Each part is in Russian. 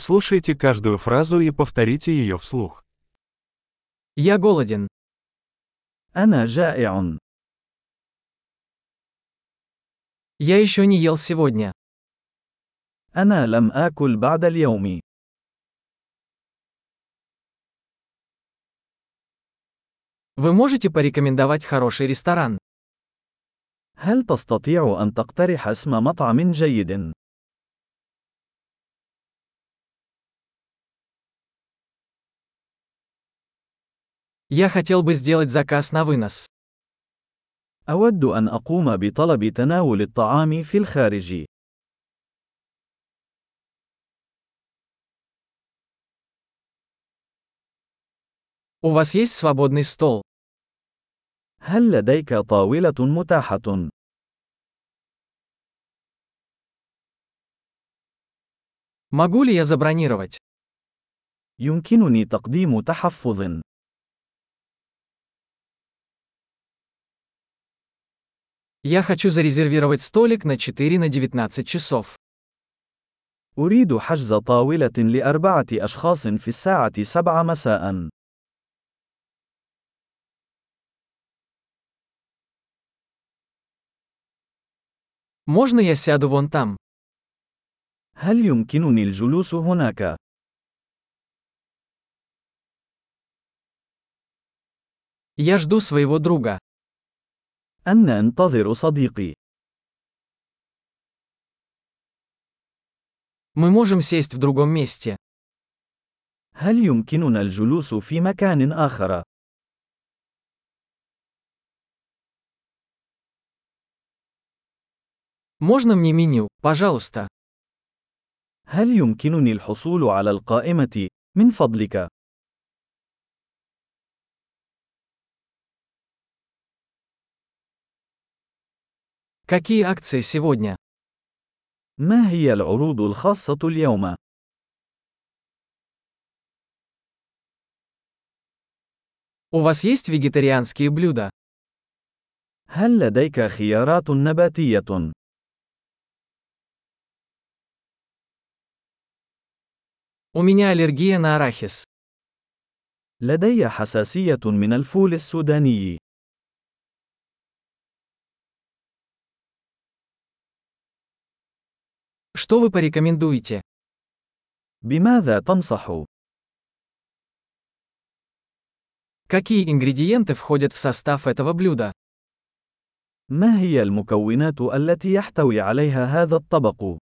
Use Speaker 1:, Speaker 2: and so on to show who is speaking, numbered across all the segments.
Speaker 1: Прослушайте каждую фразу и повторите ее вслух.
Speaker 2: Я голоден.
Speaker 3: أنا جائع.
Speaker 2: Я еще не ел сегодня.
Speaker 3: أنا لم آكل بعد اليوم.
Speaker 2: Вы можете порекомендовать хороший ресторан?
Speaker 3: هل تستطيع أن تقترح اسم مطعم جيد؟
Speaker 2: Я хотел бы сделать заказ на вынос.
Speaker 3: أود أن أقوم بطلب تناول الطعام في الخارج.
Speaker 2: У вас есть свободный стол?
Speaker 3: هل لديك طاولة متاحة؟
Speaker 2: Могу ли я забронировать?
Speaker 3: يمكنني تقديم تحفظ.
Speaker 2: Я хочу зарезервировать столик на 4 на 19 часов.
Speaker 3: أريد حجز طاولة لأربعة أشخاص في الساعة 7 مساء.
Speaker 2: Можно я сяду вон там?
Speaker 3: هل يمكنني الجلوس هناك؟
Speaker 2: Я жду своего друга.
Speaker 3: أنا أنتظر صديقي.
Speaker 2: Мы можем сесть в другом месте.
Speaker 3: هل يمكننا الجلوس في مكان آخر؟
Speaker 2: Можно мне меню, пожалуйста?
Speaker 3: هل يمكنني الحصول على القائمة؟ من فضلك،
Speaker 2: Какие акции сегодня?
Speaker 3: ما هي العروض الخاصة اليوم؟
Speaker 2: У вас есть вегетарианские блюда?
Speaker 3: هل لديك خيارات نباتية؟
Speaker 2: У меня аллергия на арахис.
Speaker 3: لدي حساسية من الفول السوداني.
Speaker 2: Что вы порекомендуете?
Speaker 3: بماذا تنصح؟
Speaker 2: Какие ингредиенты входят в состав этого блюда?
Speaker 3: ما هي المكونات التي يحتوي عليها هذا الطبق؟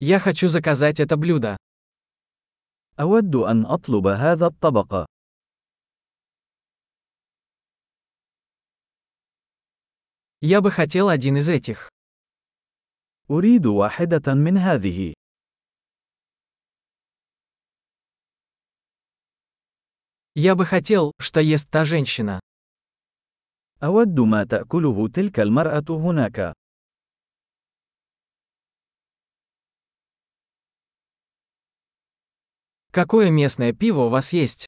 Speaker 2: Я хочу заказать это блюдо.
Speaker 3: أود أن أطلب هذا الطبق.
Speaker 2: Я бы хотел один из этих.
Speaker 3: أريد واحدة من هذه.
Speaker 2: Я бы хотел, что ест та женщина.
Speaker 3: أود ما تأكله تلك المرأة هناك.
Speaker 2: Какое местное пиво у вас есть?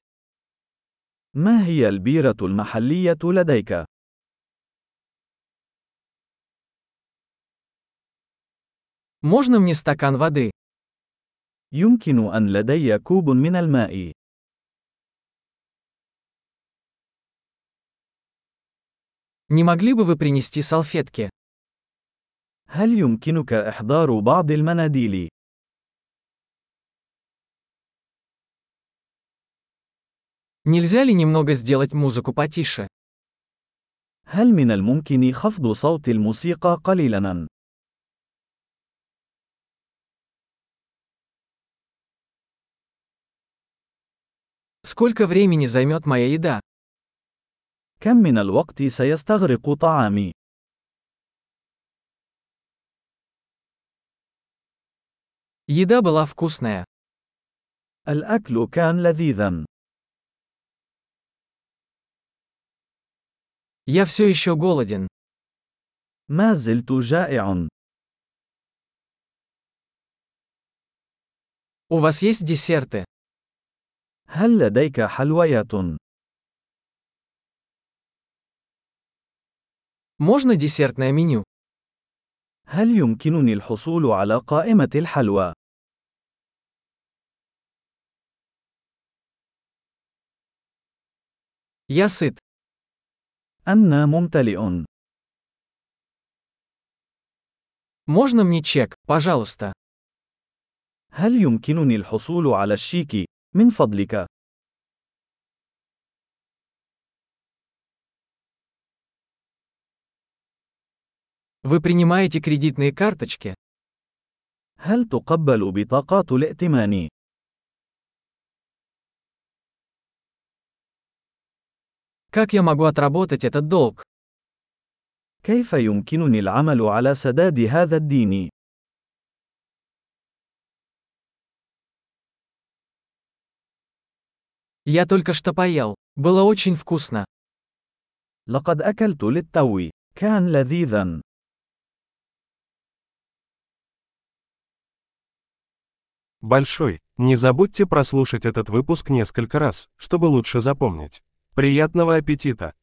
Speaker 3: ما هي البيرة المحلية لديك؟
Speaker 2: Можно мне стакан воды?
Speaker 3: يمكن أن لدي كوب من الماء.
Speaker 2: Не могли бы вы принести салфетки?
Speaker 3: هل يمكنك إحضار بعض المناديل؟
Speaker 2: Нельзя ли немного сделать музыку потише?
Speaker 3: هل من الممكن خفض صوت الموسيقى قليلاً؟
Speaker 2: Сколько времени займет моя еда?
Speaker 3: كم من الوقت سيستغرق طعامي؟
Speaker 2: Еда была вкусная.
Speaker 3: الأكل كان لذيذاً.
Speaker 2: Я все еще голоден.
Speaker 3: ما زلت جائع.
Speaker 2: У вас есть десерты?
Speaker 3: هل لديك حلويات؟
Speaker 2: Можно десертное меню?
Speaker 3: هل يمكنني الحصول على قائمة الحلوى؟
Speaker 2: Я сыт.
Speaker 3: أنا ممتلئ.
Speaker 2: Можно мне чек, пожалуйста?
Speaker 3: هل يمكنني الحصول على الشيك؟ من فضلك.
Speaker 2: Вы принимаете кредитные карточки?
Speaker 3: هل تقبل بطاقات الائتمان؟
Speaker 2: Как я могу отработать этот долг?
Speaker 3: كيف يمكنني العمل على سداد هذا الدين؟
Speaker 2: Я только что поел. Было очень вкусно.
Speaker 3: لقد أكلت للتو. كان لذيذا.
Speaker 1: Большой. Не забудьте прослушать этот выпуск несколько раз, чтобы лучше запомнить. Приятного аппетита!